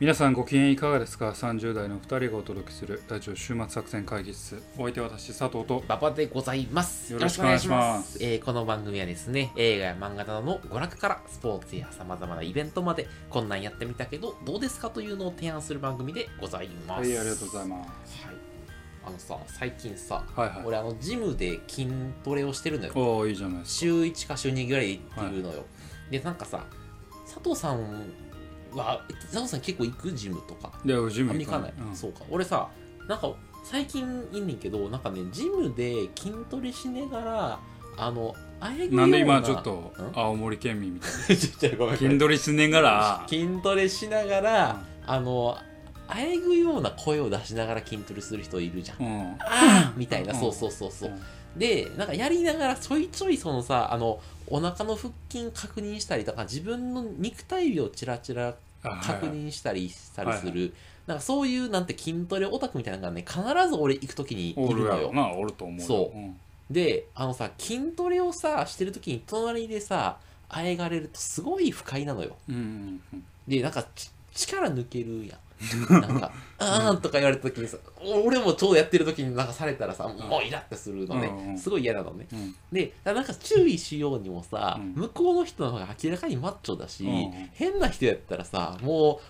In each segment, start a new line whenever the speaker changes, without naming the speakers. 皆さんご機嫌いかがですか ?30 代の2人がお届けするラジオ週末作戦会議室。お相手は私、佐藤と。
馬場でございます。。
よろしくお願いします
えーこの番組はですね、映画や漫画などの娯楽からスポーツや様々なイベントまで、こんなんやってみたけど、どうですかというのを提案する番組でございます。
はい、ありがとうござい
ま
ます。
す。はい、あのさ、最近さ、
はいはい。
俺あの、ジムで筋トレをしてるのよ。
おおいいじゃないです
週1か週2ぐらい行ってるのよ。で、なんかさ、佐藤さんは、佐藤さん結構行くジムとか。
か。で、俺ジム
あ行かない、
うん
そうか俺さなんか最近いんねんけどなんかねジムで筋トレしながらあのあえぐよう
なんで今ちょっと
ん
青森県民み たい
ちょ ちょごめ
な。
んごめ
筋
ん
トレしねがら。
筋トレしながら、あのあえぐような声を出しながら筋トレする人いるじゃん、
うん。
あーみたいな、
うん
そうそうそうそう、
うん
でなんかやりながらちょいちょいそのさあのお腹の腹筋確認したりとか自分の肉体美をチラチラ
あはい
確認したりしたりする、
はい
なんかそういうなんて筋トレオタクみたいなのがね必ず俺行く時にい
おる
る
や
の
ろ
よ
な、おると思うよ。
そうんであのさ筋トレをさしてる時に隣でさあえがれるとすごい不快なのよ
うんうんうん。
でなんかち力抜けるや んなんか「あーん」とか言われた時にさお俺もちょうどやってる時になんかされたらさもうイラってするのね、
うんうん
すごい嫌なのね
うん
でなんか注意しようにもさ、
うん
向こうの人の方が明らかにマッチョだし、
うん
変な人やったらさも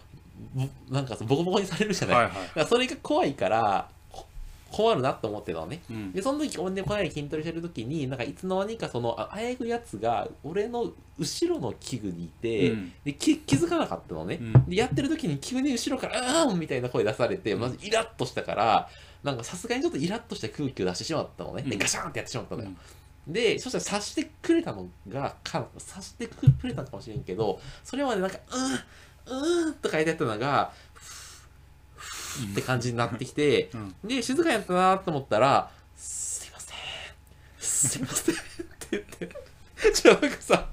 うぼなんかさボコボコにされるじゃない、
はいはい。
だからそれが怖いからこ困るなと思ってたのね
うん
でその時俺でこの間筋トレしてる時になんかいつの間にかそのああえぐやつが俺の後ろの器具にいて、
うん
でき気づかなかったのね、
うん
でやってる時に急に後ろから「あーん!」みたいな声出されてまずイラッとしたからなんかさすがにちょっとイラッとした空気を出してしまったのね、
う
で
ん
ガシャンってやってしまったのよ、
うん
でそしたら察してくれたのがか察してくれたのかもしれんけどそれまでなんか「うんうん」とか言ってやったのがふーふーって感じになってきて、
うん
で静かやったなと思ったら「すいませんすいません」って言ってちょなんかさ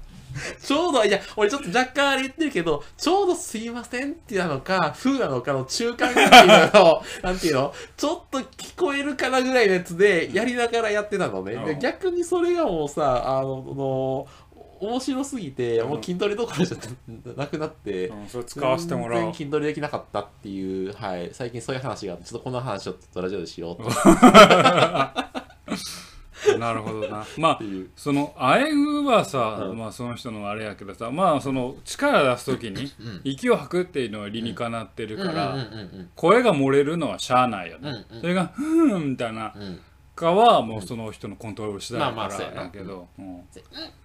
ちょうどいや俺ちょっと若干あれ言ってるけどちょうど「すいません」ってなのか「ふ」なのかの中間ぐらい のなんていうのちょっと聞こえるかなぐらいのやつでやりながらやってたのね、
う
で
ん
逆にそれがもうさあのあの面白すぎてもう筋トレどころじゃなくなって、
うんそれ使わせてもらお
全
う
然。筋トレできなかったっていう、はい、最近そういう話があって、ちょっとこの話をちょっとラジオでしようとっ
なるほどな。まあ
て、いう。
そのあえぐはさ、
うん
まあ、その人のあれやけどさまあその力出す時 に
うん
息を吐くっていうのは理にかなってるから、
うんうん
声が漏れるのはしゃあないよね、
うんうん
それが「ふーん」みたいな
うんうん。うん
かはもうその人のコントロール次第だ
まあ
か
まあそうやな
らやけど、うん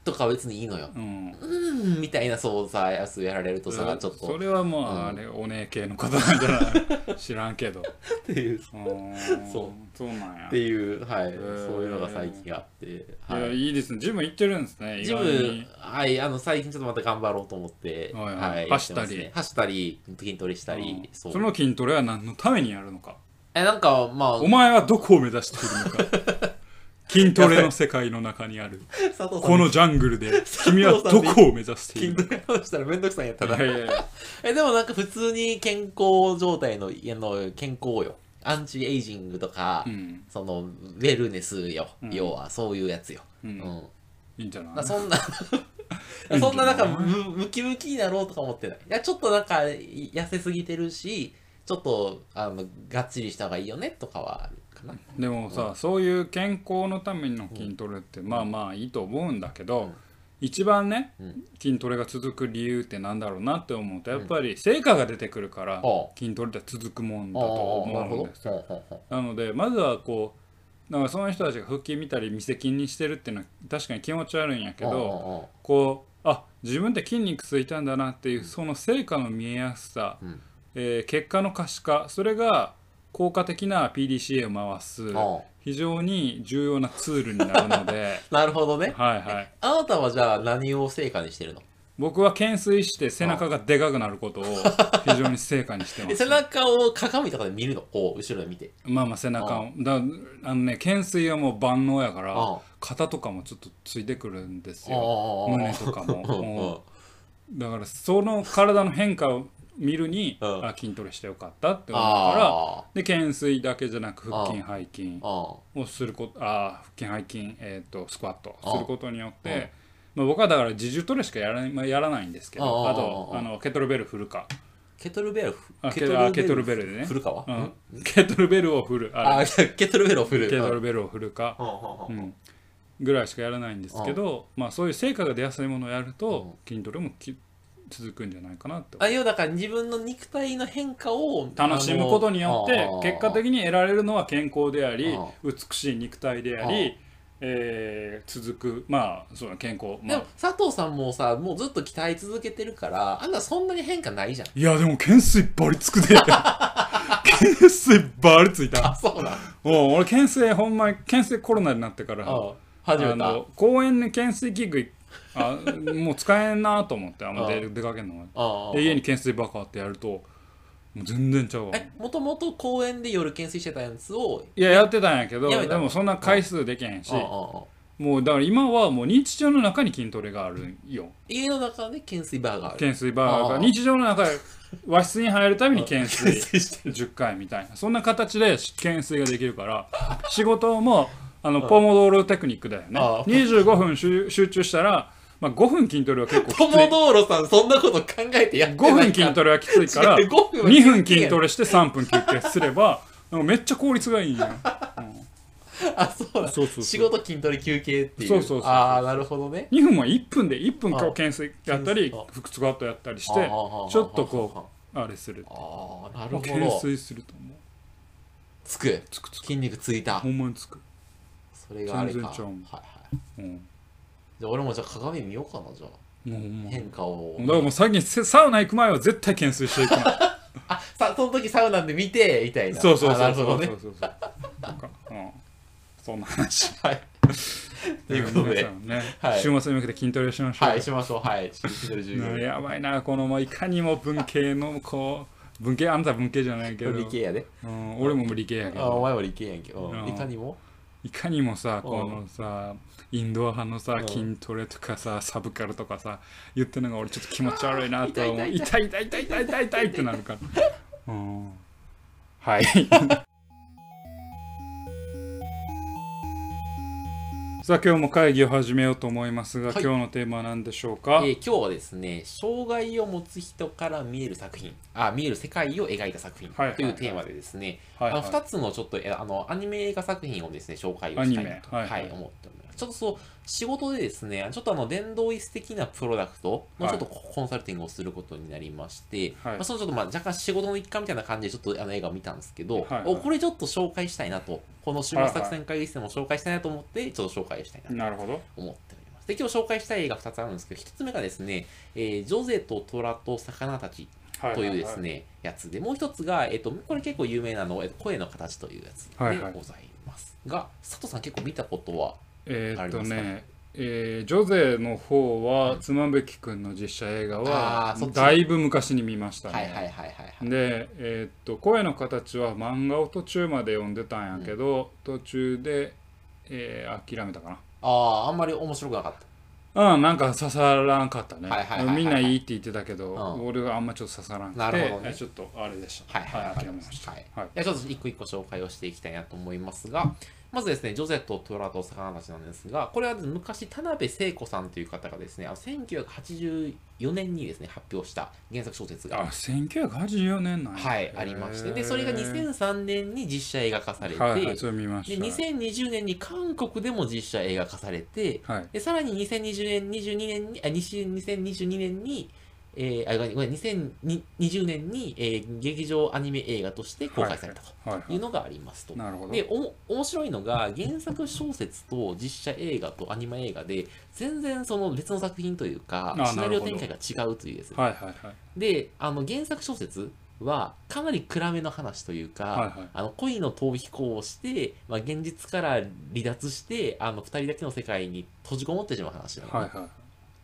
とかは別にいいのよ。
うん
うん、みたいな、そうさ、やつやられるとさ、ちょっ
そ
と。
れはまあ、
うん
あれお姉系の方なんじゃない知らんけど
っていう、 っ
うん
そう
そうなんや
ていう、はい、
ー
そういうのが最近あって。はい
や
い。
いいですねジム行ってるんですね
ジム
意外に、
はい、あの、最近ちょっとまた頑張ろうと思って、
はいはい
はい
走ったり
やてますね走ったり、筋トレした
うん
り、。
そうの筋トレは何のためにやるのか
え、なんか、まあ
お、前はどこを目指しているのか 筋トレの世界の中にある
佐藤さ
こ
ん
のジャングルで君はどこを目指している
筋
の
トレをしたらめんどくさいんやった
か
ら
い。やいやいや
えでもなんか普通に健康状態の家の健康よアンチエイジングとか、
うん
そのウェルネスよ、
うん
要はそういうやつよ、
う
うん
んいいんじゃ な
だから
い
そんな
うん
そんななんかムムキムキになろうとか思ってないいやちょっとなんか痩せすぎてるしちょっとあのがっちりした方がいいよねとかはあるかな
でもさそういう健康のための筋トレってまあまあいいと思うんだけ
う
ど
ん
一番ね
うん
筋トレが続く理由ってなんだろうなって思うとやっぱり成果が出てくるから
ほ
筋トレって続くもんだ
あ
と
あな
思
る
う
ほ
ん
ど
ですよ
ほうほうほう
なのでまずはこうなんかその人たちが腹筋見たり見せ筋にしてるっていうのは確かに気持ち悪いんやけど
ど
こうあ自分で筋肉ついたんだなっていうその成果の見えやすさ、
うん
えー結果の可視化それが効果的な PDCA を回す
ああ
非常に重要なツールになるの で
なるほどね
はいはい
あなたはじゃあ何を成果にしてるの
僕は懸垂して背中がでかくなることを非常に成果にしてま
え
す
背中を鏡とかで見るのこう後ろで見て
まあまあ背中をだあのね懸垂はもう万能やから
ああ
肩とかもちょっとついてくるんですよ胸
胸
とか ももうだからその体の変化を見るに、
うん
あ筋トレしてよかったって思うか
あ
らで懸垂だけじゃなく腹筋
あ
背筋
ーあ
をすることあー腹筋背筋、えー、とスクワット
あ
することによってまあ、僕はだから自重トレしかやらない,、まあ、やらないんですけど
あ
あ
あ
と
ああ
あのケトルベル振るか
ケトルベル
あケトあケトルベルでね
振るかは、
うんケトルベルを振るあ
あ
れ
ケトルベルを振る
ケトル
ベ
ベルを振るか、
ル、う
う
んうんうん
ん、ぐらいしかやらないんですけど、まあ、そういう成果が出やすいものをやる
う
と筋トレもき続くんじゃないかなと
あ要はだから自分の肉体の変化を
楽しむことによって結果
に
的に得られるのは健康であり
あ
美しい肉体であ
あ
り、えー続くまあそうだ健康、ま
で
あ
も佐藤さんもさもうずっと鍛え続けてるからあんなそんなに変化ないじゃん
いやでも懸垂バリつくで懸垂バリつい
あ
た
そうなん
もう俺懸垂ほんまに懸垂コロナになってからあ
うん初めてあ
の公園に懸垂器具あもう使えんなと思ってあんま出出かけんの
あ
で家に懸垂バカってやるともう全然ちゃうわ
えもともと公園で夜懸垂してたやつを
いややってたんやけど
やめた
でもそんな回数できへんし
あああ
もうだから今はもう日常の中に筋トレがあるんよ
家の中で懸垂バーがある
懸垂バー
あ
が
あ
日常の 中で和室に入るために懸垂
懸垂して
10回みたいなそんな形で懸垂ができる から仕事もあのポモドーロテクニックだよね
ああ
25分集集中したら、まあ、5分筋トレは結構きつ
ポモ
い
ドーロさんそんなこと考えてやって
5分筋トレはきついから
違う5分は
2分筋トレして3分休憩すればなんかめっちゃ効率がいいんよ
レあそうだ
そうそうそう
仕事筋トレ休憩っていう
そうそうそうそう
ああなるほどね
2分は1分で1分
ああ
懸垂やったり
ああ
腹スクワットやったりして
ああ
ち
あああ
ょ
あ
っとこうあれする
ああなる
もう
ほ
懸
ど
垂すると思う
つく
つくつく
筋肉ついた
ほんまにつく、
それがあれか
全
は
然ち
い
ゃう
は
もん
い
うん、
じゃあ俺もじゃあ鏡見ようかなじゃあ
もうほんま
変化を
だからもう最近せサウナ行く前は絶対懸垂していくな
あさその時サウナで見てみたい な
そうそう
あな
そう
る
そう
ほど
そうそ
ね
うそうとか、うん、そんな話
はいということ
皆
で
さんね、
はい
週末に向けて筋トレをしましょう、
はいしましょうはいシンプル
な
15
やばいなこのもういかにも文系のこう文系あんた文系じゃないけど
理系やで
うん、俺ももう理系やけ
あお
ど
前は理系やんけど
うん
いかにも
いかにもさ
うん
このさインドア派のさ
うん
筋トレとかさサブカルとかさ言ってるのが俺ちょっと気持ち悪いなと思う痛い痛い痛い痛い痛い痛いってなる からうんはいさあ今日も会議を始めようと思いますが、
はい
今日のテーマは何でしょう
え
か、
ー今日はですね障害を持つ人から見える作品あ見える世界を描いた作品
はいはいはい
というテーマでですね
はいはい
あの2つのちょっとえあのアニメ映画作品をですね紹介をしたいなと、
ア
は
ニメはい
い
はい
思っております。ちょっとそう仕事でですね、ちょっとあの電動椅子的なプロダクトの
はい
ちょっとココンサルティングをすることになりまして、
はい
まあ、そのちょっとまあ若干仕事の一環みたいな感じでちょっとあの映画を見たんですけ
は
ど、
いはい
おこれちょっと紹介したいなと、この週末作戦会議室でも紹介したいなと思って、ちょっと紹介をしたいなと
なるほど
思っております。で、今日紹介したい映画2つあるんですけど、1つ目がですね、えージョゼと虎と魚たち
は
というですね、やつで、もう一つが、えっと、これ結構有名なの、えっと声の形というやつで
はいはい
ございます。が、佐藤さん結構見たことは、
えーっと
あります
ね、えージョゼの方
は
はい妻夫木君の実写映画
あ
は
ーそっち
だいぶ昔に見ましたね。
はいはいはいはいはい。
で、えーっと声の形は漫画を途中まで読んでたんやけど、途中で、えー諦めたか
ああ、あんまり面白くなかった。
な。うん、なんか刺さらんかったね
はいはいはいはい。
みんないいって言ってたけど、
うん
俺はあんまちょっと刺さらんくて、
なるほどね
えちょっとあれでした。
はいはい、
諦めました。
はい。
はい
じゃあちょっと一個一個紹介をしていきたいなと思いますが、まずですね、ジョゼとトラと魚たちなんですが、これは昔、田辺聖子さんという方がですね、あの1984年にですね、発表した原作小説
あ、
が、
1984年なんや
はい、ありまして、で、それが
へ
2003年に実写映画化され
ー
て、
はい、はい、それ見ま
で
した。
2020年に韓国でも実写映画化されて、
はい、
でさらに2020年、22年に、あ、20 2022年に、えー、あ、ごめんごめん、2020年に、えー劇場アニメ映画として公開されたと
はいはい
いうのがありますと。
なるほど。
で、おも面白いのが、原作小説と実写映画とアニメ映画で、全然その別の作品というか
あ、
シナリ
なる
オ
ほど
展開が違うというですね。
はいはいはい。
で、あの原作小説はかなり暗めの話というか、
はいはい
あの恋の逃避行をして、まあ、現実から離脱して、あの二人だけの世界に閉じこもってしまう話なのね、
はいは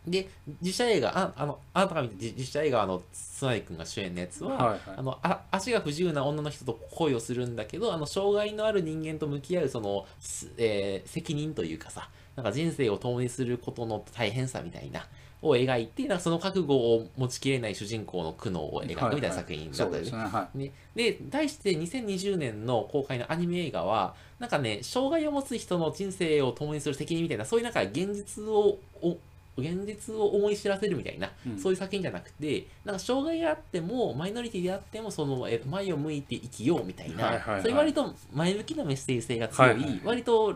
で、実写映画、ああのあなたが見た実実写映画、あの、つないくんが主演のやつ
い。
は、
はい
あ
は
のあ足が不自由な女の人と恋をするんだけどあの障害のある人間と向き合うその、すえー責任というかさなんか人生を共にすることの大変さみたいなを描いてなんかその覚悟を持ちきれない主人公の苦悩を
い。
描くみたいな作品だ
そ
っ
う
たよ
で
ね
す。ね。は
ね、で題して2020年の公開のアニメ映画はなんかね障害を持つ人の人生を共にする責任みたいなそういうなんか現実をお現実を思い知らせるみたいな、
うん
そういう作品じゃなくてなんか障害があってもマイノリティであってもその、えーと前を向いて生きようみたいな、
はいはいはい
そういう割と前向きなメッセージ性が強い、
はいはい
割と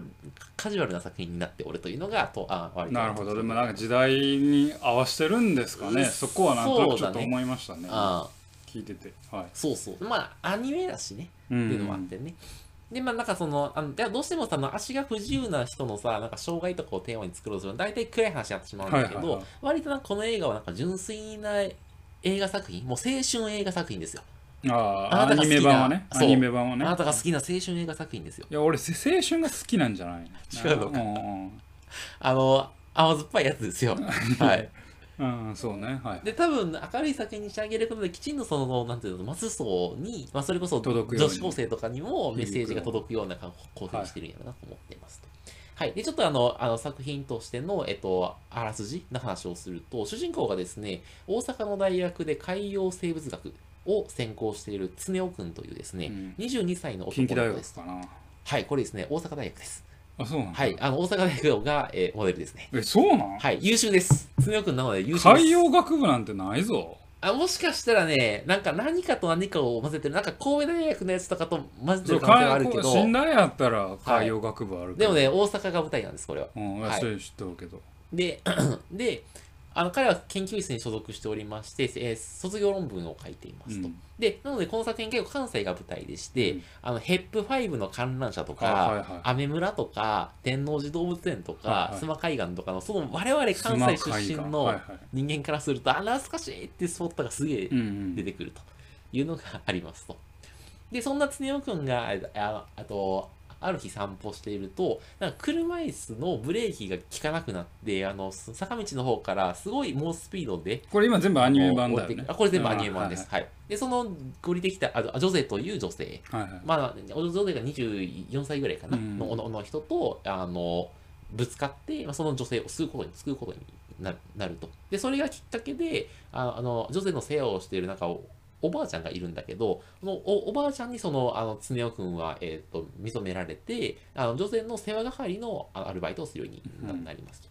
カジュアルな作品になっておるというのがとあ割と
なるほどでもなんか時代に合わせてるんですかねそこはなんとなくちょっと思いましたね
あ
聞いててはい
そうそうまあアニメだしね
うん
っていうのもあってね。で、まあ、なんかその、あのでどうしてもさ、あの足が不自由な人のさ、なんか障害とかをテーマに作ろうとするの大体暗い話になってしまうんだけど、
はいはいはい
割となんかこの映画はなんか純粋な映画作品、もう青春映画作品ですよ。
あ
あ
あア
なたが好きな
ニメ版はね
そう
アニメ版は
あ
ね
なたが好きな青春映画作品ですよ。
いや俺せ青春が好きなんじゃない
違うのか
か
あの、甘酸っぱいやつですよ。 はい。
うんそうねはい
で、多分、明るい作品に仕上げることで、きちんとその、なんていうの、マス層に、まあ、それこそ、
届くよう
女
に
子高生とかにもメッセージが届くようなか構成にしてるんやろうなと思ってますと。はい。で、ちょっとあの、あの作品としての、えっと、あらすじの話をすると、主人公がですね、大阪の大学で海洋生物学を専攻している常雄くんというですね、
うん
22歳の
近
男
畿大
の子です
学。かな
はい、これですね、大阪大学です。
あそうなんだ
はい。あの、大阪大学が、えーモデルですね。
えそうなん
はい、優秀です。常雄くんなので優秀です。
海洋学部なんてないぞ
あもしかしたらね、なんか何かと何かを混ぜてる、なんか神戸大学のやつとかと混ぜて
そう
る可能性はある
海
け
死ん
ど、
だやったら海洋学部あるけ
で
ど
もね、大阪が舞台なんです、これは。
うんい
は
や
い
それ知っとるけど
で、 であの彼は研究室に所属しておりまして、えー卒業論文を書いていますと。
うん
で、なのでこの作品結構関西が舞台でして、
うん
あのヘップ5の観覧車と
はいはいはい
か、アメ村とか、天王寺動物園と
はい
か
は、い
須磨海岸とかの、その我々関西出
須
身
磨海岸は
の
いはい
人間からすると、あ、懐かしいってスポットがすげえ
うんう
出
ん
てくるというのがありますと。で、そんな常雄くんが、あああと、ある日散歩していると、なんか車椅子のブレーキが効かなくなって、あの、す坂道の方からすごい猛スピードで、
これ今全部アニメ版だ
降
よ
りて
ね
くあ、これ全部アニメ版です。はい。で、その降りてきた、あの、ジョゼという女性、
はいはいはい
まあ、お女性が24歳ぐらいかな、
うん
ののの人と、あの、ぶつかって、まあ、その女性を救うことに、救うことになるなると。で、それがきっかけで、ああの、女性の世話をしている中を、おばあちゃんがいるんだけど、そのおおばあちゃんにその、あの、常雄くんは、えっ、と、認められて、あの、女性の世話係のあアルバイトをするようにな
うん
なりますと。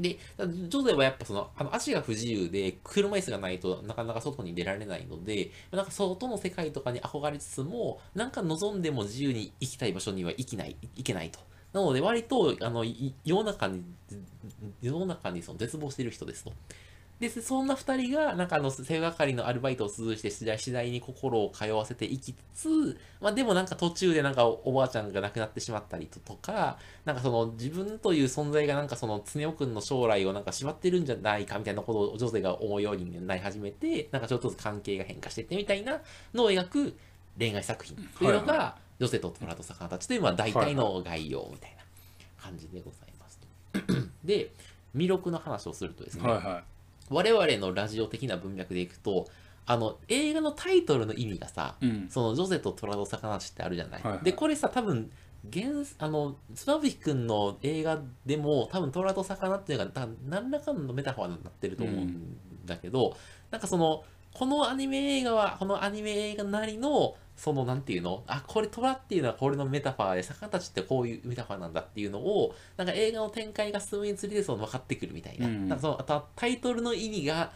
で、ジョゼはやっぱその、あの足が不自由で、車椅子がないとなかなか外に出られないので、なんか外の世界とかに憧れつつも、なんか望んでも自由に行きたい場所には行きない、行けないと。なので割と、あの、い世の中に、世の中にその絶望している人ですと。で、そんな二人が、なんかあの、世話係のアルバイトを通じて次第、次第に心を通わせていきつつ、まあでもなんか途中でなんかおおばあちゃんが亡くなってしまったりととか、なんかその自分という存在がなんかその常雄くんの将来をなんか縛ってるんじゃないかみたいなことを女性が思うようになり始めて、なんかちょっとずつ関係が変化していってみたいなのを描く恋愛作品というの
はい
が、女性と虎と魚たちというまあ大体の概要みたいな感じでございますと。で、魅力の話をするとですね、
はいは
我々のラジオ的な文脈でいくとあの映画のタイトルの意味がさ、
いうん
その「ジョゼと虎の魚地」ってあるじゃない。
はいはい
でこれさ多分原あの妻夫木君の映画でも多分虎と魚っていうのが多分何らかのメタファーになってると思うんだけど、なんかそのこのアニメ映画はこのアニメ映画なりのそのなんていうのあこれ虎っていうのはこれのメタファーで魚たちってこういうメタファーなんだっていうのをなんか映画の展開が進むにつれてその分かってくるみたいな,、
うん
なんかそのあとタイトルの意味が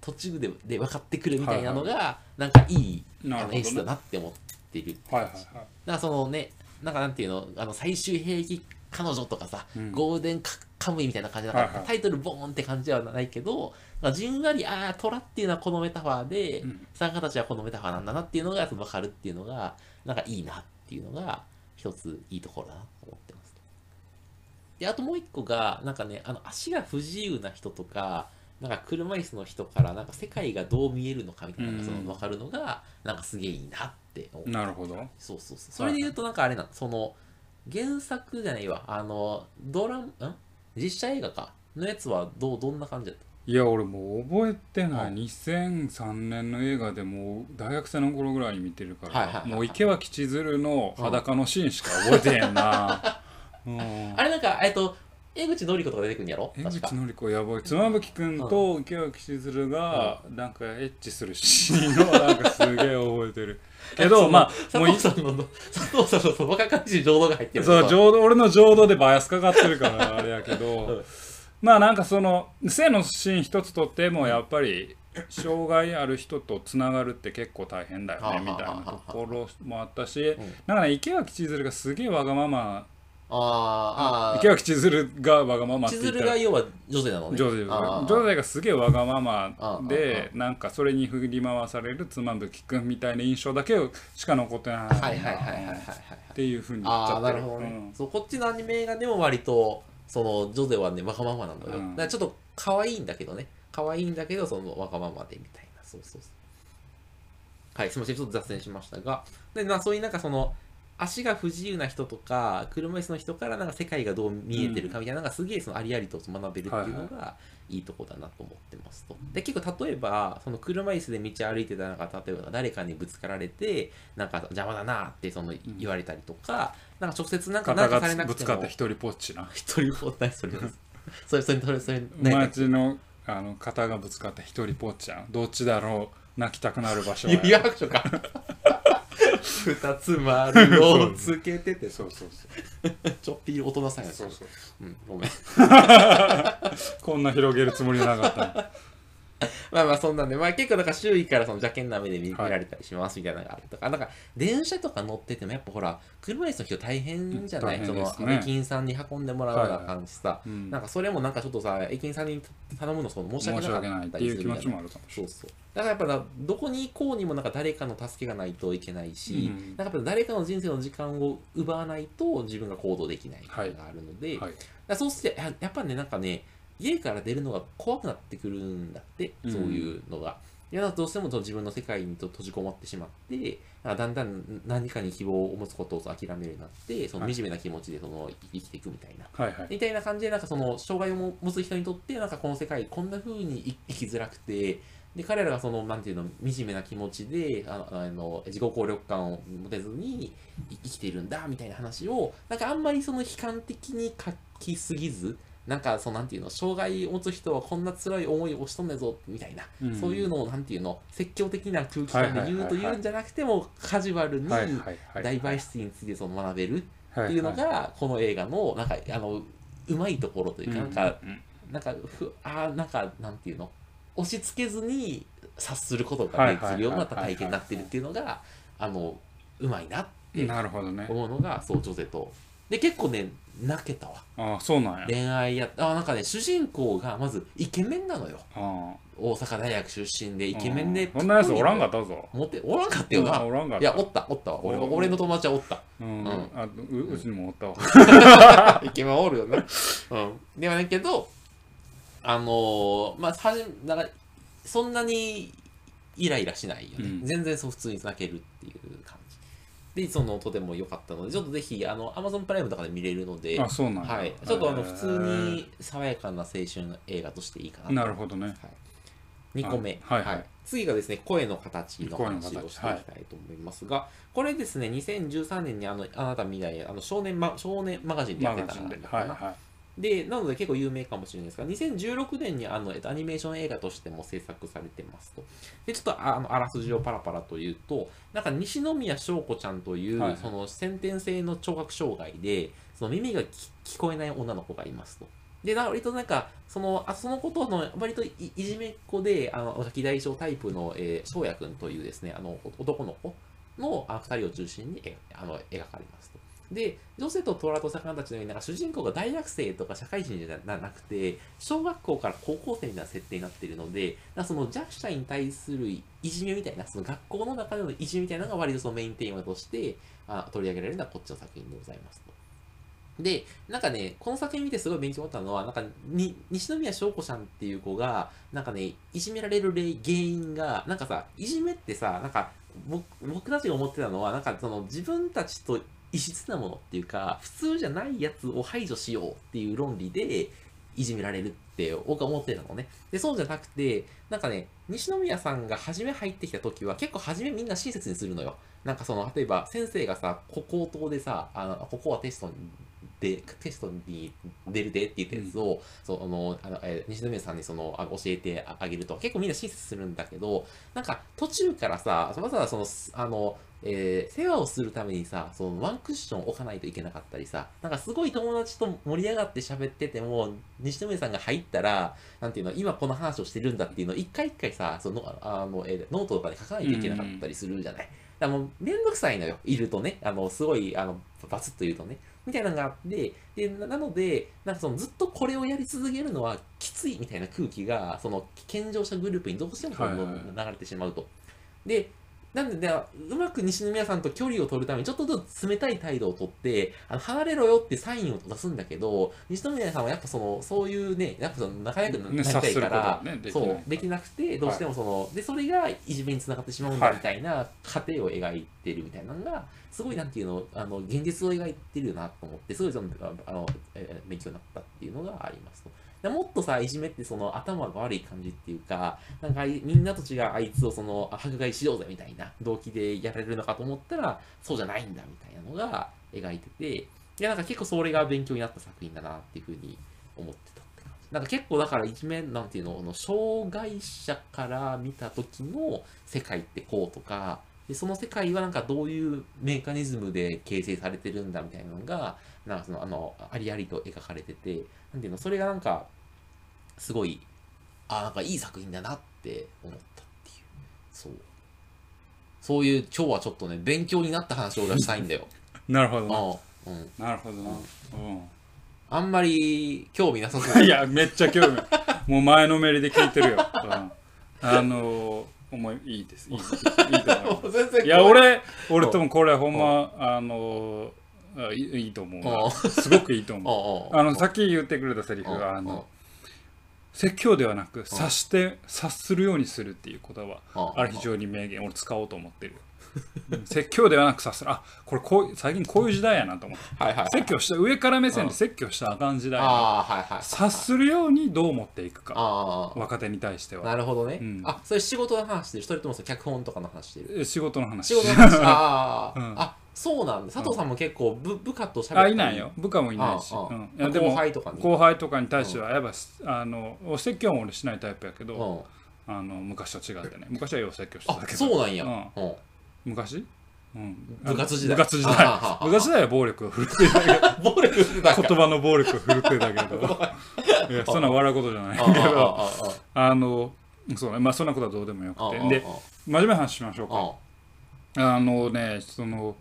途中でで分かってくるみたいなのが、なんかいい
なるほ
あの
ど
演出だ
ね
なって思ってる。
はいはいはい
なんかそのね、なんかなんていうの、あの最終兵器彼女とかさ、
うん
ゴールデンカカムイみたいな感じなかった、
はいはい
タイトルボーンって感じではないけど、なんかじんわり、ああ、虎っていうのはこのメタファーで、
うん
参加たちはこのメタファーなんだなっていうのが分かるっていうのが、なんかいいなっていうのが、一ついいところだなと思ってます。で、あともう一個が、なんかね、あの足が不自由な人とか、なんか車椅子の人からなんか世界がどう見えるのかみたいなのがその
うん
分かるのがなんかすげえいいなって思って
なるほど
そうそうそう。それで言うと、なんかあれなの、その、原作じゃないわ、あの、ドラム、ん実写映画か。のやつはどう、どんな感じだった
いや俺もう覚えてな
う
い
ん
2003年の映画でもう大学生の頃ぐらいに見てるか
はいはいはい
ら
はい
もう池脇千鶴の裸のシーンしか覚えてへんな うん
あれなんか、えっと、江口のり子とか出てくるんやろ
江
確か
口。のり子やばい妻夫木君と池脇千鶴がなんかエッチするシーンをなんかすげえ覚えて るけ
そ
ど
の
まあ
佐
もうい
藤さんの、佐藤さんのその若かりしい情動が入ってる
そう
情
浄土俺の浄土でバイアスかかってるからあれやけどまあなんかその性のシーン一つとってもやっぱり障害ある人とつながるって結構大変だよねみたいなところもあったし
ん
なんかね池脇千鶴がすげえわがまま
あーあ
池
ー
脇千鶴がわがままって
千
言った
鶴
ら
が要は女性なのね
ジョゼフ
あー
ジョゼフがすげえわがまま
あああ
でなんかそれに振り回される妻夫木君みたいな印象だけしか残ってないな
はいはいはいはいはいはい
っていうふうに言っち
あ
ゃ
あ
っ
な
て
る
る
ほどね、
うん
そうこっちのアニメ映画でも割とそのジョゼはねわがままなんだよ、
うん
だからちょっと可愛いんだけどね可愛いんだけどそのわがままでみたいなそうそうそうはいすみませんちょっと雑念しましたがでなそういうなんかその足が不自由な人とか車椅子の人からなんか世界がどう見えてるかみたいなのがすげえそのありありと学べるっていうのがいいとこだなと思ってますと。で結構例えばその車椅子で道歩いてたなんか例えば誰かにぶつかられてなんか邪魔だなってその言われたりとか、なんか直接なんか
肩
何かされ
が
な
ぶ
く
つ
て
かっ
も
て一人ぽっちな
一人もないそ れです。それそれそれそれないない
街のあの肩がぶつかって一人ぽっちゃんどっちだろう泣きたくなる場所は
指白書か 二つ 丸をつけてて
そうそうそう
ちょっぴり大人さんやな
そうそう
うんごめん
こんな広げるつもりなかったの
まあまあそんなんで、まあ結構なんか周囲からその邪険な目で見見
はい
られたりしますみたいなのがあるとか、なんか電車とか乗っててもやっぱほら、車椅子の人大変じゃない、
うん
そ
大変で
の
すね
駅員さんに運んでもらうような
はいはい
感じさ、
うん
なんかそれもなんかちょっとさ、駅員さんに頼むのその申し
申
訳
し
な
訳
か
ない
っ
ったてい
りす
う
る
気
み
持
たい
ち
な。
もあるかもし
そうそうだからやっぱなどこに行こうにもなんか誰かの助けがないといけないし、
うん
なんかやっぱ誰かの人生の時間を奪わないと自分が行動できないっていうのがあるので、
れない、はい、
だからそうしてややっぱねなんかね家から出るのが怖くなってくるんだって
う
そ
ん
ういうのが。いやどうしてもその自分の世界にと閉じこもってしまってなんかだんだん何かに希望を持つことを諦めるようになってその
はい
惨めな気持ちでその生きていくみたいな
はいはい
みたいな感じで、なんかその、障害を持つ人にとって、なんかこの世界、こんな風にい生きづらくて、で、彼らがその、なんていうの、惨めな気持ちで、ああの、自己効力感を持てずにい生きているんだ、みたいな話を、なんかあんまりその悲観的に書きすぎず、なんかそのなんていうの障害を持つ人はこんな辛い思いをしとんねぞみたいな、
うん
そういうのをなんていうの説教的な空気感で言うというんじゃなくてもカジュアルに
はいはいはい
ダイバーシティについてその学べる
は
っていうのがこの映画のなんかあのうまいところというかなんか、
うんうん
なんかふあーなんかなんていうの押し付けずに察すること
は
が
い
で
はいはい
きるような体験になってるっていうのがあのうまいなっ
うん
て
なるほどね
思うのがそう女性とで結構ね泣けたわ
ああそうなんや
恋愛やあーなんかね主人公がまずイケメンなのよ
あ
大阪大学出身で
イ
イケメンで
そんなやつおらんか
っ
ったぞ
たモテおらんかったよな
うんおらんかった
いやおったおったわ俺
うん
俺の友達はおった
うん、
うん
あううちにもおったわ、
イケメンおるよね。うん。ではないけど、あのーまあ、はじなんか、そんなにイライラしないよね。
うん
全然そう普通に泣けるっていう感じ。で、その、とても良かったので、ちょっとぜひ、あの、Amazon プライムとかで見れるので、
あそうなんや
はい。ちょっとあの、
へー
普通に爽やかな青春映画としていいかなと
なるほどね
2個目、
あはいはい
次がですね声の形の話をしてい
声の
き
形
たいと思いますが、これですね2013年にあのあなたみたいにあの少年、ま、少年マガジンでや
マ
って
ガ
た
ジン
の
で
かな、
はいは
でなので結構有名かもしれないですが2016年にあのえっとアニメーション映画としても制作されてますとでちょっとああのあらすじをパラパラというとなんか西宮翔子ちゃんという、
はいはい
その先天性の聴覚障害でその耳がき聞こえない女の子がいますと。で、な割となんか、その、あそのことの、割といいじめっ子で、あの、ガキ大将タイプの、えー、翔也くんというですね、あの、お男の子の、あ二人を中心に、えあの、描かれますと。で、女性と虎と魚たちのように、なんか主人公が大学生とか社会人じゃななくて、小学校から高校生みたいな設定になっているので、なんかその弱者に対するいじめみたいな、その学校の中でのいじめみたいなのが割とそのメインテーマとしてあ取り上げられるのはこっちの作品でございますと。で、なんかね、この作品見てすごい勉強になったのは、なんかに、西宮翔子さんっていう子が、なんかね、いじめられる例原因が、なんかさ、いじめってさ、なんか僕、僕たちが思ってたのは、なんかその自分たちと異質なものっていうか、普通じゃないやつを排除しようっていう論理で、いじめられるって僕は思ってたのね。で、そうじゃなくて、なんかね、西宮さんが初め入ってきた時は、結構初めみんな親切にするのよ。なんかその、例えば先生がさ、こ高等でさ、あのここはテストにってテストに出るでって言ったやつを、そうあのあのえー西宮さんにそのあ教えてああげると結構みんな親切するんだけどなんか途中からさわざわざそのすあの、えー世話をするためにさそのワンクッション置かないといけなかったりさなんかすごい友達と盛り上がって喋ってても西宮さんが入ったらなんていうの今この話をしてるんだっていうのを一回一回さそのあの、えーノートとかで書かないといけなかったりするじゃない。だからもうめんどくさいのよ、いるとね、あのすごいあのバツッと言うとね、みたいなのがあって、でななので、なんかそのずっとこれをやり続けるのはきついみたいな空気が、その健常者グループにどうしてもその
はいはい
流れてしまうと。で、なんで、でうまく西宮さんと距離を取るために、ちょっとずつ冷たい態度をとって、あの離れろよってサインを出すんだけど、西宮さんはやっぱその、そういうね、やっぱその仲良くなりたいか
ね察
ら、
することはねできない
そ
から
う、できなくて、どうしてもその、で、それがいじめにつながってしまうんだみたいな過程を描いてるみたいなのが、すごいなんていうの、あの、現実を描いてるよなと思って、すごいその、あの、えー勉強になったっていうのがありますと。でもっとさ、いじめってその頭が悪い感じっていうか、なんかあいみんなと違うあいつをそのあ迫害しようぜみたいな動機でやられるのかと思ったら、そうじゃないんだみたいなのが描いてて、いやなんか結構それが勉強になった作品だなっていうふうに思ってたって感じ。なんか結構だからいじめなんていうの、あの障害者から見た時の世界ってこうとか、でその世界はなんかどういうメカニズムで形成されてるんだみたいなのが、なんかそのあのありありと描かれてて、なんていうの、それがなんか、すごい、あなんかいい作品だなって思ったっていう。そう。そういう、今日はちょっとね、勉強になった話を俺はしたい んだよ。
なるほどな
ああうん。
なるほどな、うん
あんまり興味なさそう。
いや、めっちゃ興味。もう前のめりで聞いてるよ。うんあのー、思い、いいです。いいです。いいと思いま
全
す。
然
い や、俺、俺ともこれ、ほんま、あのー、あいいいいと思う
あ
な。すごくいいと
あ
思う。
あ
あの、さっき言ってくれたセリフが、あの、説教ではなく、察して、察するようにするっていう言葉。
あ
あれ非常に名言、俺使おうと思 ってる。うん説教ではなく察する。あ、これこう、最近こういう時代やなと思って。
はいはい。
説教した、上から目線
うん
で説教したらあかん時代やな。
ああ、はいはい。
察するようにどう持っていくか
あ
若手に対して
あ、
は
なるほどね。
うん
あ、それ仕事の話してる。それともその脚本とかの話して る。
え仕事の話
仕事の話。ああ、
うん
あ、そうなんだ。佐藤さんも結構部部下と喋った
あ
り
いないよ部下もいないし
あああ
うんい
あ
やでも
後輩とかに。
後輩とかに対してはやっぱあのお説教も俺しないタイプやけど
うん。
あの昔と違ってね昔はよう説教して
あ
た、け
そう
ど
なんや。
う
うんん。
昔うん
部活時代
部活時
ああ
代
ああ
部活時代は暴力を振るっていたけど
暴力振ってたん か
言葉の暴力を振るってたけどいやそんな笑うことじゃないけど
あ
あのそうねまあそんなことはどうでもよ
ああああああああ
く
あ
てで真面目な話しましょうか
あ
あのねその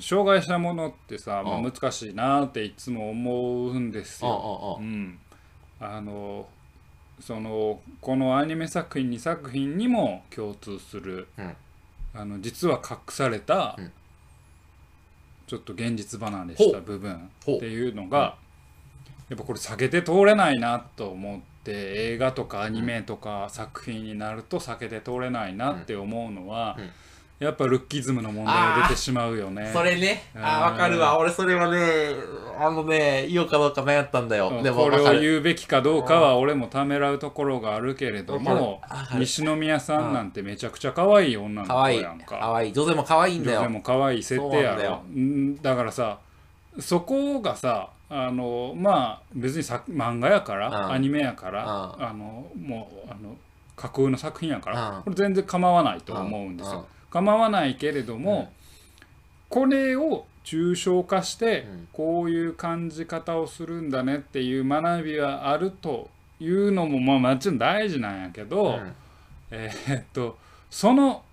障害者ものってさ、まあ、
う
難しいなっていつも思うんです
あああ
よ。うん、あのそのこのアニメ作品2作品にも共通する、
うん
あの実は隠された、
うん
ちょっと現実離れした
ほう
部分って
ほう
いうのが、やっぱこれ避けて通れないなと思って映画とかアニメとか作品になると避けて通れないなって思うのは、
うんうん
やっぱルッキズムの問題が出てしまうよね。
それねあ
うん
わかるわ俺それはねあのね言おうかどうか迷ったんだよ
うん
でも
こ
わ
れ
か
を
る
言うべきかどうかは俺もためらうところがあるけれども
わかるわかる
西宮さんなんてめちゃくちゃ可愛い女の
かわ
子
いい
やん
か
か
わいい女性もかわいいんだ
女性
よ
も可愛い設定や
そうなんだよ
ろうんだからさそこがさあのまあ別にさ漫画やか
うん
らアニメやから
う
あのもうあの架空の作品やか
うん
らこれ全然構わないと思うんです
うん
よ構わないけれどもこれを抽象化して
うん
こういう感じ方をするんだねっていう学びはあるというのもまあもちろん大事なんやけど、
うん
えーっとその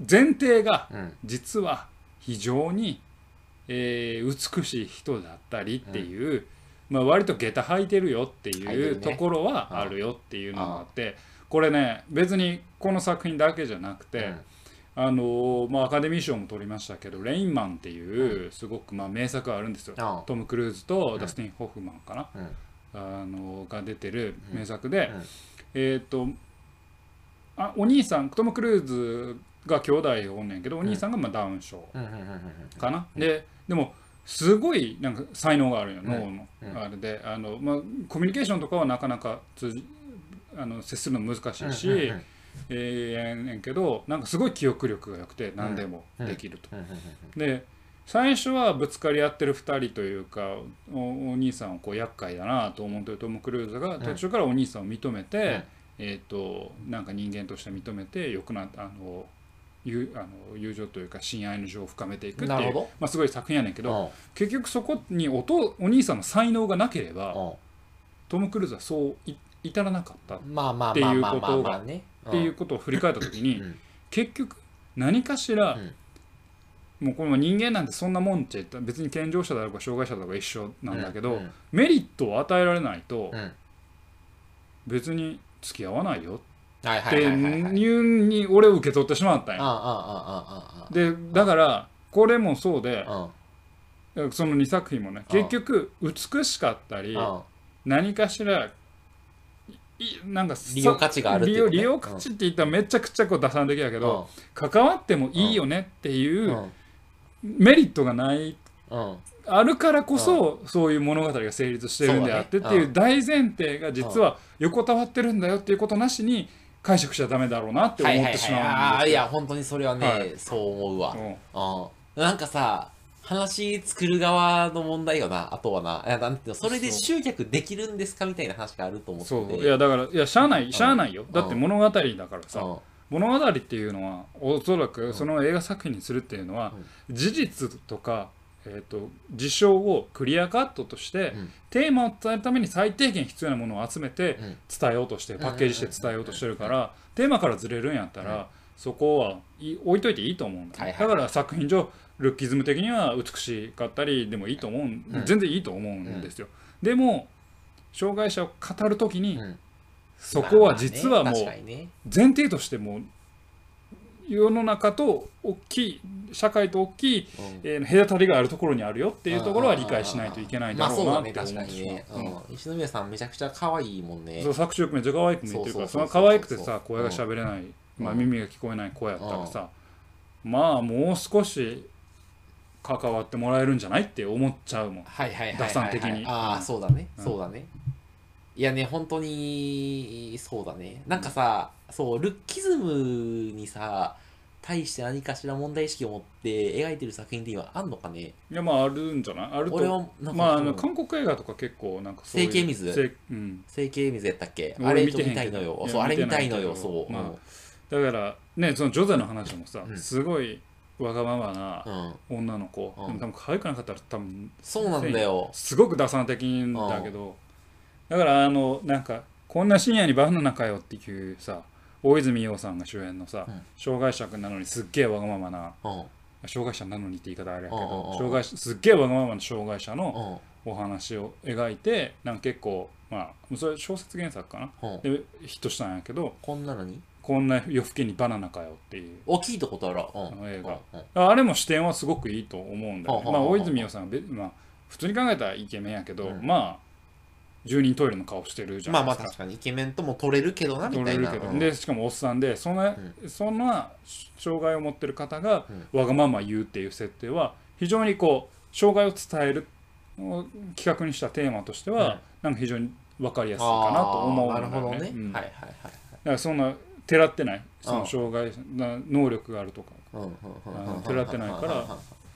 前提が
うん
実は非常に、えー美しい人だったりっていう、まあ、割と下駄履いてるよって
履いて
いう
るね
ところはあるよっていうのがあって、これね別にこの作品だけじゃなくて、
うん
あのーまあ、アカデミー賞も取りましたけど「レインマン」っていうすごくまあ名作があるんですよ、
ああ
トム・クルーズとダスティン・ホフマンかな、
うん
あのーが出てる名作で、
うんうん
えーっ、とあお兄さんトム・クルーズが兄弟おんねんけどお兄さんがまあダウン症
うんうんうんうんうん
かな、ででもすごいなんか才能があるよ、
ん
脳の
うん
あれであの、まあ、コミュニケーションとかはなかなか通じあの接するの難しいし、
うんうんうん
えーやねんけどなんかすごい記憶力が良くて何でもできると。
うんうんうん
で最初はぶつかり合ってる2人というかおお兄さんをこう厄介だなと思ってるトム・クルーズが
ん
途中からお兄さんを認めて、
うん
えっ、となんか人間として認めてよくなあの友あの友情というか親愛の情を深めていくって
なる
い
ほ
う
ど、
まあ、すごい作品やねんけ
う
ど
ん
結局そこにおとお兄さんの才能がなければ
うん
トム・クルーズはそうい至らなかったっ
まあまあ
って
まあ
いう
まあ
こと
まあまあね。
ていうことを振り返った時に、
うん
結局何かしら、
うん
もうこの人間なんてそんなもんって言ったら別に健常者だろうか障害者だろうか一緒なんだけど、
うんうん
メリットを与えられないと
うん
別に付き合わないよ
はいは
っ
い
て
はいはいはい。
いうに俺を受け取ってしまったん
あ
や。
ああああああ
でだからこれもそうで
あ
その2作品もね
あ
結局美しかったり
あ
何かしらいいなんかさ
利用価値があるって
利
いう
用
ね
利用価値って言ったらめちゃくちゃこう打算的やけど関わってもいいよねって
う
い
ん
うメリットがない
うんうん
あるからこそそういう物語が成立してるんであってっ
そうだ
て
ね
いう大前提が実は横たわってるんだよっていうことなしに解釈しちゃダメだろうなって
はい
思
は
っ
い
てし
はいあ
まう
あ
ん
い
です
や本当にそれはね、
はい
そう思うわ
よ。うん
うんなんかさ話作る側の問題よなあとはないやなんていうのそれで集客できるんですかみたいな話があると思ってて
そういやだからいやしゃあないしゃあないよ
うん
だって物語だから
う
さ
ん
物語っていうのはおそらくその映画作品にするっていうのは事実とかえーと事象をクリアカットとして
うん
テーマを伝えるために最低限必要なものを集めて
うん
伝えようとしてパッケージして伝えようとしてるからテーマからずれるんやった
うん
らそこはい置いといていいと思うんだ,、
はい
ね、
はい
だから作品上ルッキズム的には美しかったりでもいいと思うん、
うん
全然いいと思うんですよ、でも障害者を語る時に
うん
そこは実は
ま
も
あ
う
まあね確かにね
前提としてもう世の中と大きい社会と大きい
うん
えー隔たりがあるところにあるよっていうところは理解しないといけないだろうなって
まあ
思
そうだ
っ
ね
て
確か
し
にね、
まううん。
うん石宮さんめちゃくちゃ可愛いもんね
そう作詞よくめっちゃ可愛く見えてるからそ
そう
の
そうそうそう
可愛くてさ声が喋れない、まあ、
うん
耳が聞こえない声やったらさ、まあもう少し関わってもらえるんじゃないって思っちゃうもん
はいはいはいはい、はい、
打算的に
あ
う
あ
ん
そうだね、
うん
そうだねいやね本当にそうだねなんかさ、そうルッキズムにさ対して何かしら問題意識を持って描いてる作品って今あんのかね
いやまああるんじゃないある
俺
と
はなんか、
まああ
う
の
ん
韓国映画とか結構なんかそういう
整形水
せうん、
整形水やったっけ
俺
あれ
見てへん
見たいの
けど
よ
いや
そうあれ見たいの
見て
よ
ないけど
そう、
まだからねそのジョゼの話もさ、
うん
すごいわがままな
うん、うん、
女の子、
うん
でも多分可愛くなかったら多分
そうなんだよ
すごく打算的なんだけどだからあのなんかこんな深夜にバナナかよっていうさ大泉洋さんが主演のさ、
うん
障害者なのにすっげえわがままな
うんうん
障害者なのにって言い方あれやけ
うんうんう
ど
ん
障害者すっげえわがままな障害者の
うん
お話を描いてなんか結構まあそれ小説原作かなでヒットしたんやけど
こんなのに
こんな夜更けにバナナかよっていう
大きいとことあら、うん
あの映画
うんうん
あれも視点はすごくいいと思うんだよ、ね
はあはあ
まあ、
はあ
大泉洋さんはべ、まあ、普通に考えたらイケメンやけど、
うん
まあ住人トイレの顔してるじゃ
ま
な
あ
い
ま
で
あ
すか
確かにイケメンとも取れるけどなみ
取
た
れ
い
る
な
けど、
うん
でしかもおっさんでそんな、そんな障害を持ってる方がわがまま言うっていう設定は非常にこう障害を伝えるを企画にしたテーマとしては、なんか非常に分かりやすいかなと思う
あ
ん
ー
だ
な
よ
るほどね、
うんだ
はいはいはい
からそんなてらってないそ
あ
の
あ
障害な能力があるとか
うんうんうんうん
あの照らってないから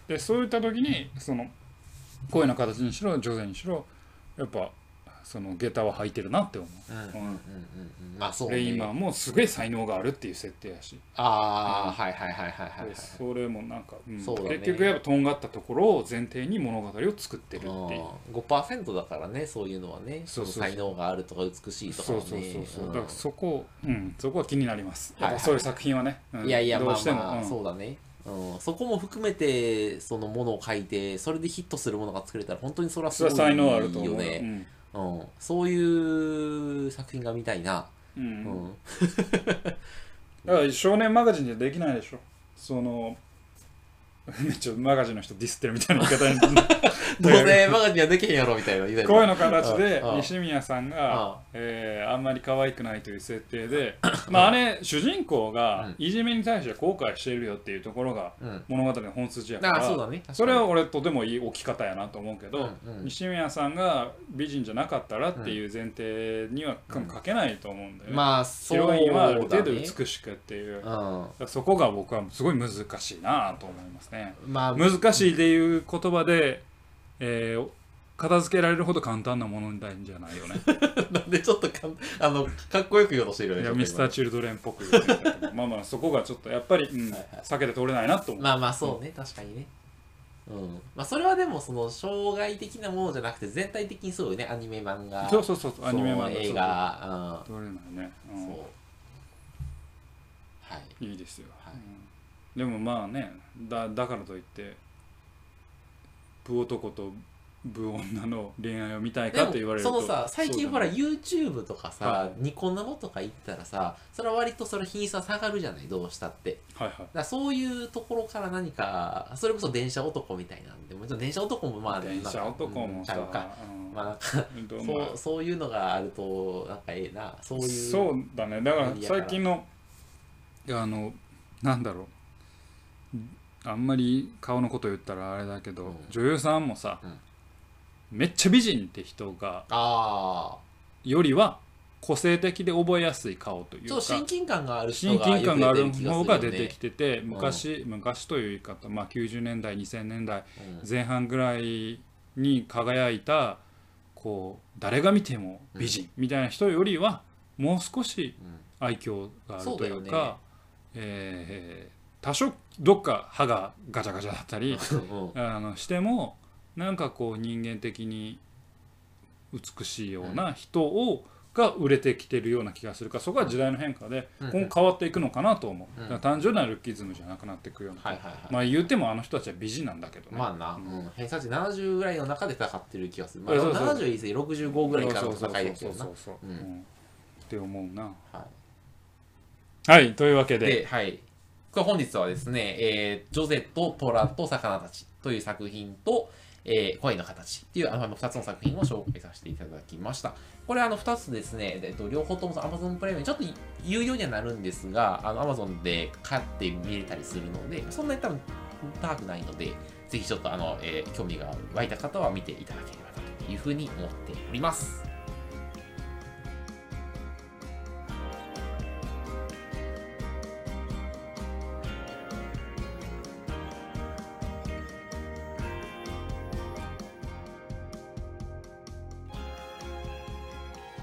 でそういった時にその声の形にしろ女性にしろやっぱその下駄は履いてるなって思
うんうん
う、
うん
うん
うんまあそう
レイマ
ね
ンもすごい才能があるっていう設定やし、
ああはいはいはいはいはいはい
でそれもなんか、うん
そうだね
結局やっぱとんがったところを前提に物語を作ってるっていう。
うん5%だからねそういうのはね
そうそうそう
才能があるとか美しいとか
そ
は
う
ね
そうそうそう、
ん
だからそこ、うん、そこは気になります。
はいはい
やっぱそういう作品はね、うん
いやいや
ど
ま
う
あ
しても、
まあ
うん
そうだねうん、そこも含めてそのものを書いてそれでヒットするものが作れたら本当にそれはす
それ
ごい
は
よ
才能あると思うよ。
ねうん、そういう作品が見たいな、
うんうん
うん
だから少年マガジンじゃできないでしょそのめっちゃマガジンの人ディスってるみたいな言い方に
どうせマガジンにはできへんやろみたいな言いたい
声の形で
うんうん
西宮さん
うん
が、えーあんまり可愛くないという設定で、 まあ、あれ主人公
う
が
ん
いじめに対して後悔してるよっていうところが
うん
物語の本筋やか
あ
ら
あそうだね確かに
それは俺とてもいい置き方やなと思うけど、
うんうん
西宮さんが美人じゃなかったらっていう前提にはか書けないと思うんだよね。
まあそ
ヒ
う
ロ
だね
インはある程度美しくっていう、だか
う
らそこが僕はすごい難しいなと思いますね。
んまあ
難しいっていう言葉で、えー片付けられるほど簡単なものにないんじゃないよ ね。
なんでちょっとかんあのかっこよく言おうとしてる
い
よねち
や
ょっと今
ミスター・チルドレンっぽく言ってたけどまあまあそこがちょっとやっぱり、うん
はいはい
避けて通れないなと思う。
まあまあそうね、確かにね。うん。まあそれはでもその障害的なものじゃなくて全体的にそうよね、アニメ漫画。
そうそうそうアニメ漫画
その映画。
そうそう通れないね、う
う。
んん
そう。はい。
いいですよ、
はい
うんでもまあねだだからといってブ男とブ女の恋愛を見たいかと
で
言わ
も
れる
そ
と
のさ最近ほら
そう
YouTube とか
は
さニコ生とか行ったらさそれは割とそれ品質は下がるじゃないどうしたって
だねはいはい
だからそういうところから何かそれこそ電車男みたいなんでもちろん電車男もまあ
電車男
うん
も
ちゃ
さ、
うか
うん
まあなんか
うんとまあ
そうそういうのがあるとなんかええなそういう
そうだねだから
いや
最近のあのなんだろうあんまり顔のこと言ったらあれだけど、
うん
女優さんもさ、
うん
めっちゃ美人って人が
ああ
よりは個性的で覚えやすい顔という
そう
か
親近感がある人
親
が
近感がある
よく出てる
方が出てき
気
てて昔、昔という言い方、まあ、90年代2000年代
するよね
前半ぐらいに輝いたこう誰が見ても美人みたいな人よりはもう少し
うんうん
愛嬌があるとい
そう
う
だ
か
よね
えー多少どっか歯がガチャガチャだったり
うん
あのしてもなんかこう人間的に美しいような人を、が売れてきてるような気がするからそこは時代の変化で
うん
今後変わっていくのかなと思う、
うん
だから単純なルッキズムじゃなくなっていくような、
はいはいはい、
まあ言うてもあの人たちは美人なんだけどね、
まあな、うん、偏差値70ぐらいの中で戦ってる気がする、まあ、
そうそう
70いい65ぐらいから
そ
の
うそう
戦いです
そ
よ
う
な
そうそう、
うん
うんって思うな
は
はいというわけ
い、
で
で、はい、これ本日はですね、えージョゼとトラと魚たち」という作品と「えー、恋の形」っていうあの2つの作品を紹介させていただきましたこれあの2つですね、えっと、両方とも Amazon プライムにちょっと有料にはなるんですがあの Amazon で買って見れたりするのでそんなに多分高くないのでぜひちょっとあの、えー興味が湧いた方は見ていただければなというふうに思っております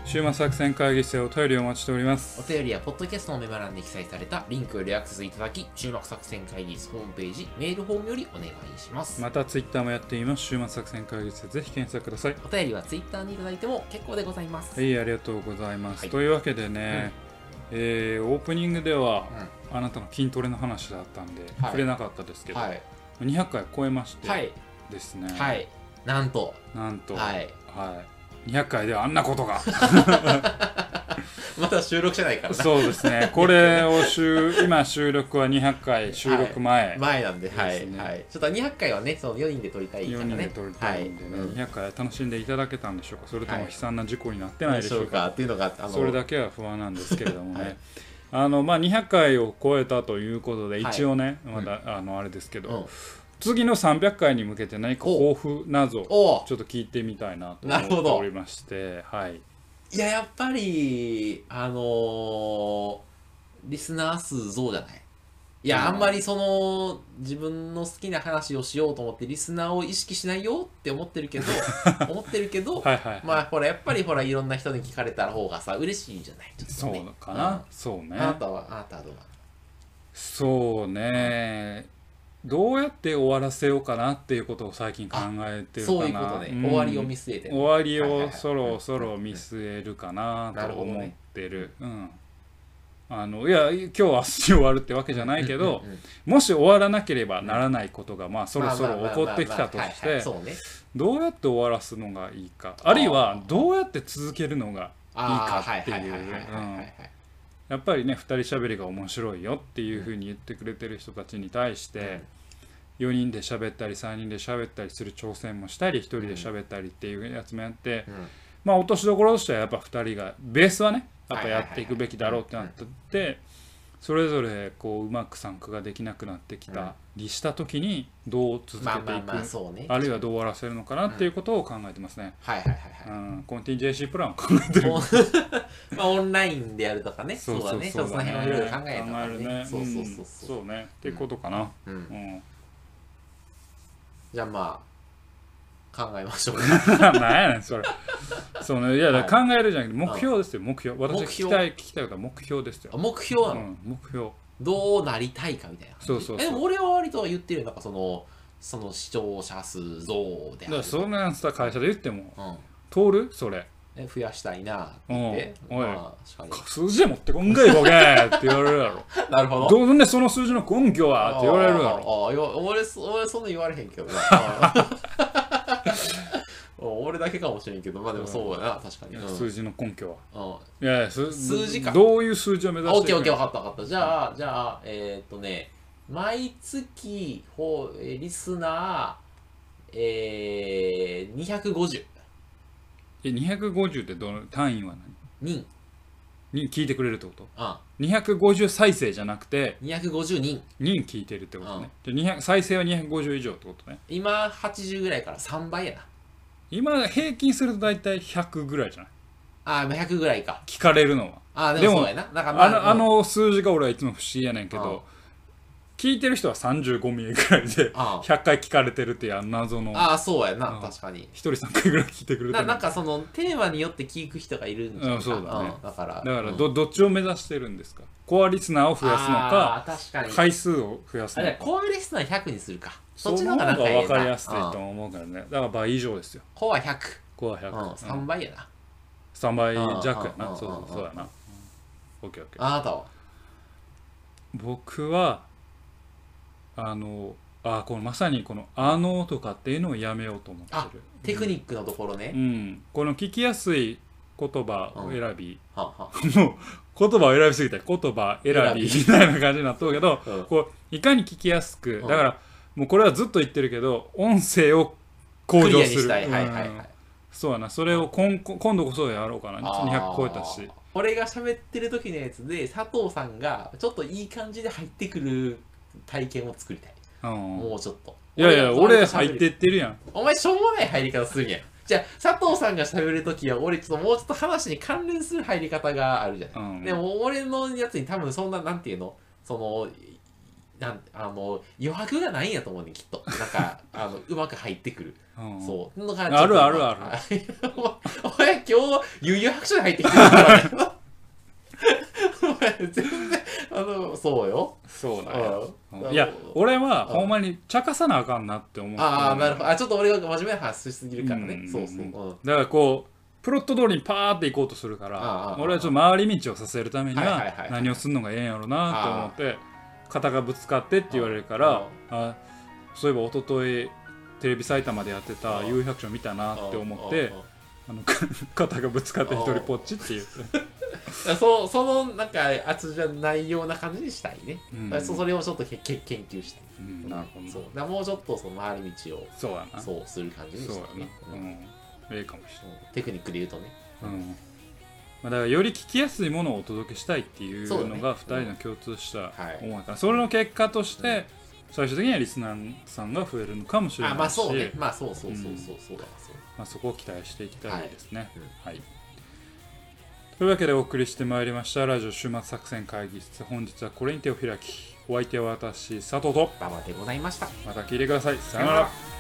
週末作戦会議室へお便りをお待ちしております
お便りはポッドキャストのメモ欄に記載されたリンクよりアクセスいただき注目作戦会議室ホームページメールフォームよりお願いします
またツイッターもやっています週末作戦会議室でぜひ検索ください
お便りはツイッターにいただいても結構でございます
はいありがとうございます、
はい
というわけでね、えーオープニングでは、あなたの筋トレの話だったんで、
はい
触れなかったですけど、
はい
200回超えまして
はい
ですね、
はいなんと
なんと、
は
はい
い
200回ではあんなこと が
まだ収録じゃないからな
そうですねこれを収今収録は200回収録前、
前なんでは
で
い
すね
はいちょっと200回はねその4人で撮りたいから
4
ね
人で撮りたいんでね、
はいうん
200回楽しんでいただけたんでしょうかそれとも
はい
悲惨な事故になって
ど
な
う
い
で
でし
し
ょ
ょ
う
う
か
かっていうのがあの
それだけは不安なんですけれどもね、
はい
あのまあ、200回を超えたということで、
はい
一応ねまだ、あのあれですけど、
うん
次の300回に向けて何か抱負などを
おお
ちょっと聞いてみたいなと
なるほ
思って
ど
おりまして、はい、
いややっぱりあのーリスナー数増じゃないいや、
うん
あんまりその自分の好きな話をしようと思ってリスナーを意識しないよって思って るけど思ってるけど、
はいはいはい
まあほらやっぱりほらいろんな人に聞かれた方がさ嬉しいじゃないちょっと
そ
ね、
うかな、そう
うん
ね
あなたはあなたはどうなの
そうねどうやって終わらせようかなっていうことを最近考えてるかな
そういうことね、
ん
終わりを見据えてね
終わり
はいはい
を
はい
そろそろ見据えるかな
なる
と
ほど
思っ
ね
てる。うんあのいや今日明日終わるってわけじゃないけど
うんうん
もし終わらなければならないことがまあそろそろ
まあまあまあ
起こってきたと
はいはい
して
そうね
どうやって終わらすのがいいかあるいはどうやって続けるのがいい
あー
かっていう
はいはいはいはいはいは
うん
いはい
やっぱりね2人しゃべりが面白いよっていうふうに言ってくれてる人たちに対して4人で喋ったり3人で喋ったりする挑戦もしたり1人で喋ったりっていうやつもやって、
うん
まあ落としどころとしてはやっぱ2人がベースはねやっぱやっていくべきだろうってなってってそれぞれこううまく参加ができなくなってき
うん
たりした時にどう続け
まあ
てい
まあまあ
く
そうねは
あるいはどう終わらせるのかなっていうことを考えてますね。
いはいはい
うん
は
コンティンジェンシープランを考えて
い
る
もう まあオンラインでやるとかねそうだねちょっとその辺はいろいろ考えた
考
から
える
ね
ね
そうそ
う
うそうんそう
そうねっていうことかな。
うん
うん、
じゃあまあ考えましょうか
なんやねんそれそうねいやだから考えるじゃなくて
い
目標ですよ目標私が
目
聞き
標
たい聞きたいことは目標ですよ、
目標
う
なの
ん、目標
どうなりたいかみたいな感じ
そうそうそう
えでも俺は割と言ってるよなんかそのその視聴者数増
だ
であ
から
る
そんなんさ会社で言っても
うん
通るそれ
え増やしたいなって言って
うんおい
まあしかり
数字で持ってこんかいボケーって言われるやろ
なるほど
どうなんでその数字の根拠はって言われるやろ
あああいや俺そ俺そんな言われへんけどな ああ俺だけかもしれん けどまあでもそうやな確かに、うんうん、
数字の根拠は
オ
いやいや数
数字か
どういう数字を目指し
ッ
て
ケーオッケー
ー
分かった分かったじゃあじゃあえーっとね毎月ほうえーリスナーえー、250
250ってどの単位は
人
何に聞いてくれるってこと
あ
250再生じゃなくて
250人
に聞いてるってことね、で200再生は250以上ってことね
今80ぐらいから3倍やな
今平均すると大体100ぐらいじゃない
ああ100ぐらいか
聞かれるのは
ああで
でも
もそうやななんかま
あ
あ
のあの数字が俺はいつも不思議やねんけど聞いてる人は35名ぐらいで
あ
100回聞かれてるっていうあの謎の
ああそうやな
うん
確かに
一人3回ぐらい聞いてくれて
な
る
なんかそのテーマによって聞く人がいるんじゃな
う
いか
んそうだね
んだから
だから
うん
どどっちを目指してるんですかコアリスナーを増やすのか
あー確かに
回数を増やす
あ
の
れ
か
コアレスナー100にするか
そ
そっ
っち
ち
の
の
方
方が
が
なんかええな
分かりやすいと
うん
思うからねだから倍以上ですよ
コア100、
コア
うん、
100、うん
3倍やな、
3倍弱や
う
なんそうそううんそうやな OKOK
あなたは
僕はあのあこのまさにこの「あの」とかっていうのをやめようと思ってる
テクニックのところね、
うん、この聞きやすい言葉を選び、
はんはん
もう言葉を選びすぎて言葉選びみたいな感じになっとうけど、
うん
こういかに聞きやすく、
うん
だからもうこれはずっと言ってるけど音声を向
クリア
上
に
する
したい、はい
うん
はいはい
そうやなそれを今今度こそやろうかな200超えた
あ
し
ー俺が喋ってる時のやつで佐藤さんがちょっといい感じで入ってくる体験を作りたい、
うん
もうちょっと
いやいや俺
が喋
入
る
ってってるやん
お前しょうもない入り方するやんじゃあ佐藤さんが喋るときは俺ちょっともうちょっと話に関連する入り方があるじゃない、
うん
でも俺のやつに多分そんななんていうのそのなんあの余白がないんやと思うねきっとなんかあのうまく入ってくる、
うん
そうの
あ
が
るあるある
るお前今日有余白書で入ってきてるからねお前全然あのそうよ
そうだ
うん
いや俺はほんまに茶化さなあかんなって思う
ああなるほどあちょっと俺が真面目な話しすぎるからね、
うん
そうそう、
う
うんん
だからこうプロット通りにパーって行こうとするか
あ
ら
あ
俺はちょっと回り道をさせるために
はいはいはいは
はい何をすんのがええんやろなと思って肩がぶつかってって言われるからあそういえば一昨日テレビ埼玉でやってた
あ
「有百姓」見たなって思って
うんうんうん
あの 肩がぶつかって一人ぽっちっていう
そそのなんか圧じゃないような感じにしたいね、
うん
そそれをちょっとけけ研究したい、
うんなるほど
そうだからもうちょっとその回り道を
そうやなそう
そうする感じにし
や
たいね
なう
うん
んええかもしれん
うんテクニックで言うとね
うんまあ、だからより聞きやすいものをお届けしたいっていう
そうだ
の
ね
が2人の共通した
はい
思いからそれの結果として最終的にはリスナーさんが増えるのかもしれな
あ
いし、
まあそうね
ま
まあそうそうそうそうそうだわそう
あそこを期待していきたいですね。はいというわけでお送りしてまいりました「ラジオ週末作戦会議室」本日はこれに手を開きお相手は私佐藤と
馬場でございました
また聞いてくださいさよなら。